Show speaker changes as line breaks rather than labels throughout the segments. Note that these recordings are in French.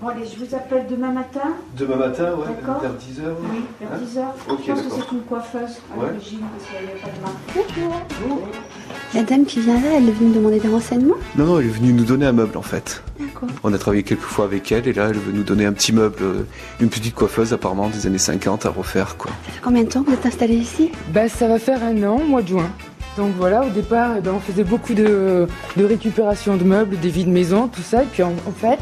Bon, allez, je vous appelle demain matin.
Demain matin, ouais,
D'accord.
vers 10h.
Oui, vers
Hein
10h.
Ok,
je pense que
d'accord.
c'est une coiffeuse à
Ouais.
l'origine, parce qu'il n'y avait pas de marque.
La dame qui vient là, elle est venue me demander des renseignements
Non, non, elle est venue nous donner un meuble en fait.
D'accord.
On a travaillé quelques fois avec elle et là, elle veut nous donner un petit meuble, euh, une petite coiffeuse apparemment des années 50 à refaire quoi.
Ça fait combien de temps que vous êtes installée ici
Bah ça va faire un an, au mois de juin. Donc voilà, au départ, eh ben, on faisait beaucoup de, de récupération de meubles, des vies de maison, tout ça. Et puis en, en fait,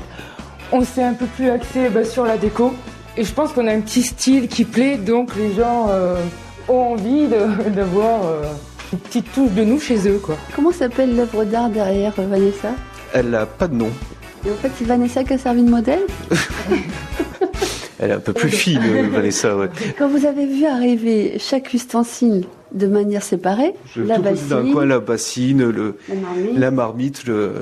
on s'est un peu plus axé eh ben, sur la déco. Et je pense qu'on a un petit style qui plaît, donc les gens euh, ont envie de- d'avoir euh, une petite touche de nous chez eux, quoi.
Comment s'appelle l'œuvre d'art derrière euh, Vanessa
Elle a pas de nom.
Et en fait, c'est Vanessa qui a servi de modèle.
Elle est un peu plus fine, euh, Vanessa. Ouais.
Quand vous avez vu arriver chaque ustensile de manière séparée,
Je
la
tout pose d'un
bassine,
coin, la bassine, le,
la marmite,
la marmite, le,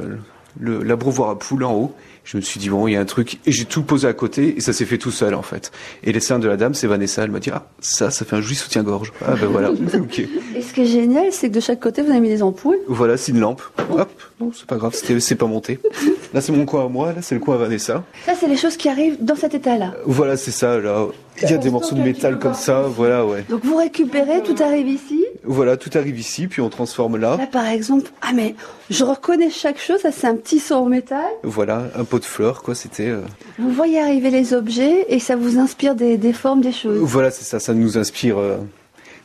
le- l'abreuvoir à poule en haut. Je me suis dit, bon, il y a un truc. Et j'ai tout posé à côté et ça s'est fait tout seul en fait. Et les seins de la dame, c'est Vanessa. Elle m'a dit, ah, ça, ça fait un joli soutien-gorge. Ah ben voilà, ok.
Et ce qui est génial, c'est que de chaque côté, vous avez mis des ampoules.
Voilà, c'est une lampe. Hop, non, c'est pas grave, c'était- c'est pas monté. Là, c'est mon coin à moi, là, c'est le coin à Vanessa.
Ça, c'est les choses qui arrivent dans cet état-là.
Voilà, c'est ça, là. Il y a des morceaux de métal comme ça, voilà, ouais.
Donc vous récupérez, tout arrive ici.
Voilà, tout arrive ici, puis on transforme là.
Là, par exemple, ah mais je reconnais chaque chose. Ça, c'est un petit saut en métal.
Voilà, un pot de fleurs, quoi, c'était... euh,
Vous voyez arriver les objets et ça vous inspire des, des formes, des choses.
Voilà, c'est ça, ça nous inspire euh,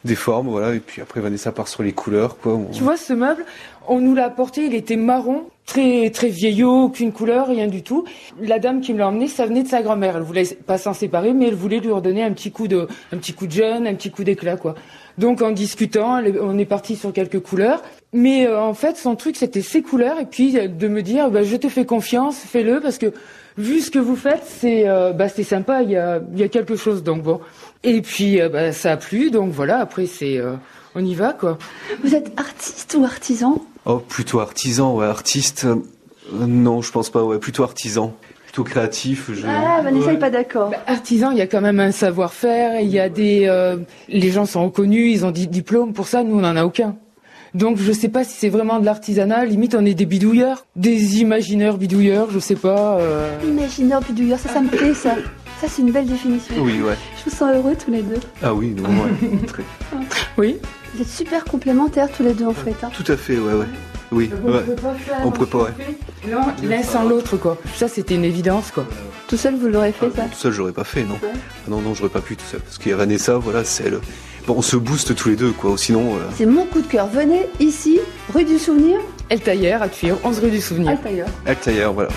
des formes, voilà. Et puis après, Vanessa part sur les couleurs, quoi. on-
Tu vois, ce meuble, on nous l'a apporté, il était marron, très très vieillot, aucune couleur, rien du tout. La dame qui me l'a emmené, ça venait de sa grand-mère. Elle voulait pas s'en séparer, mais elle voulait lui redonner un petit coup de, un petit coup de jeune, un petit coup d'éclat, quoi. Donc en discutant, elle- on est parti sur quelques couleurs. Mais euh, en fait, son truc, c'était ses couleurs. Et puis euh, de me dire, bah, je te fais confiance, fais-le, parce que vu ce que vous faites, c'est euh, bah, c'est sympa, il y a, il y a quelque chose. Donc bon. Et puis euh, bah, ça a plu, donc voilà, après c'est... euh, on y va, quoi.
Vous êtes artiste ou artisan
Oh, plutôt artisan, ouais, artiste... euh, euh, non, je pense pas, ouais, plutôt artisan. Plutôt créatif, je...
Ah, Vanessa
Ouais.
n'est pas d'accord.
Artisan, Bah, il y a quand même un savoir-faire, il y a des... euh, les gens sont reconnus, ils ont des diplômes, pour ça, nous, on n'en a aucun. Donc, je sais pas si c'est vraiment de l'artisanat, limite, on est des bidouilleurs, des imagineurs bidouilleurs, je sais pas... euh.
Imagineur, bidouilleur, ça, ça me plaît, ça. Ça, c'est une belle définition.
Oui, ouais.
Je vous sens heureux tous les deux.
Ah oui, non, ouais. Très-
Oui
Vous êtes super complémentaires tous les deux, en fait. hein.
Tout à fait, ouais, ouais. Oui, ouais. On peut pas, ouais.
L'un sans l'autre, quoi. Ça, c'était une évidence, quoi.
Tout seul, vous l'aurez
Ah,
fait, ça.
Tout seul, j'aurais pas fait, non.
Ouais.
Ah non, non, j'aurais pas pu tout seul. Parce qu'il y a Vanessa, voilà, c'est elle. Bon, on se booste tous les deux, quoi. Sinon, euh,
C'est mon coup de cœur. Venez ici, rue du Souvenir,
Elle taillère à Tuire, 11 rue du Souvenir.
à Tailleur.
Altaïr, voilà.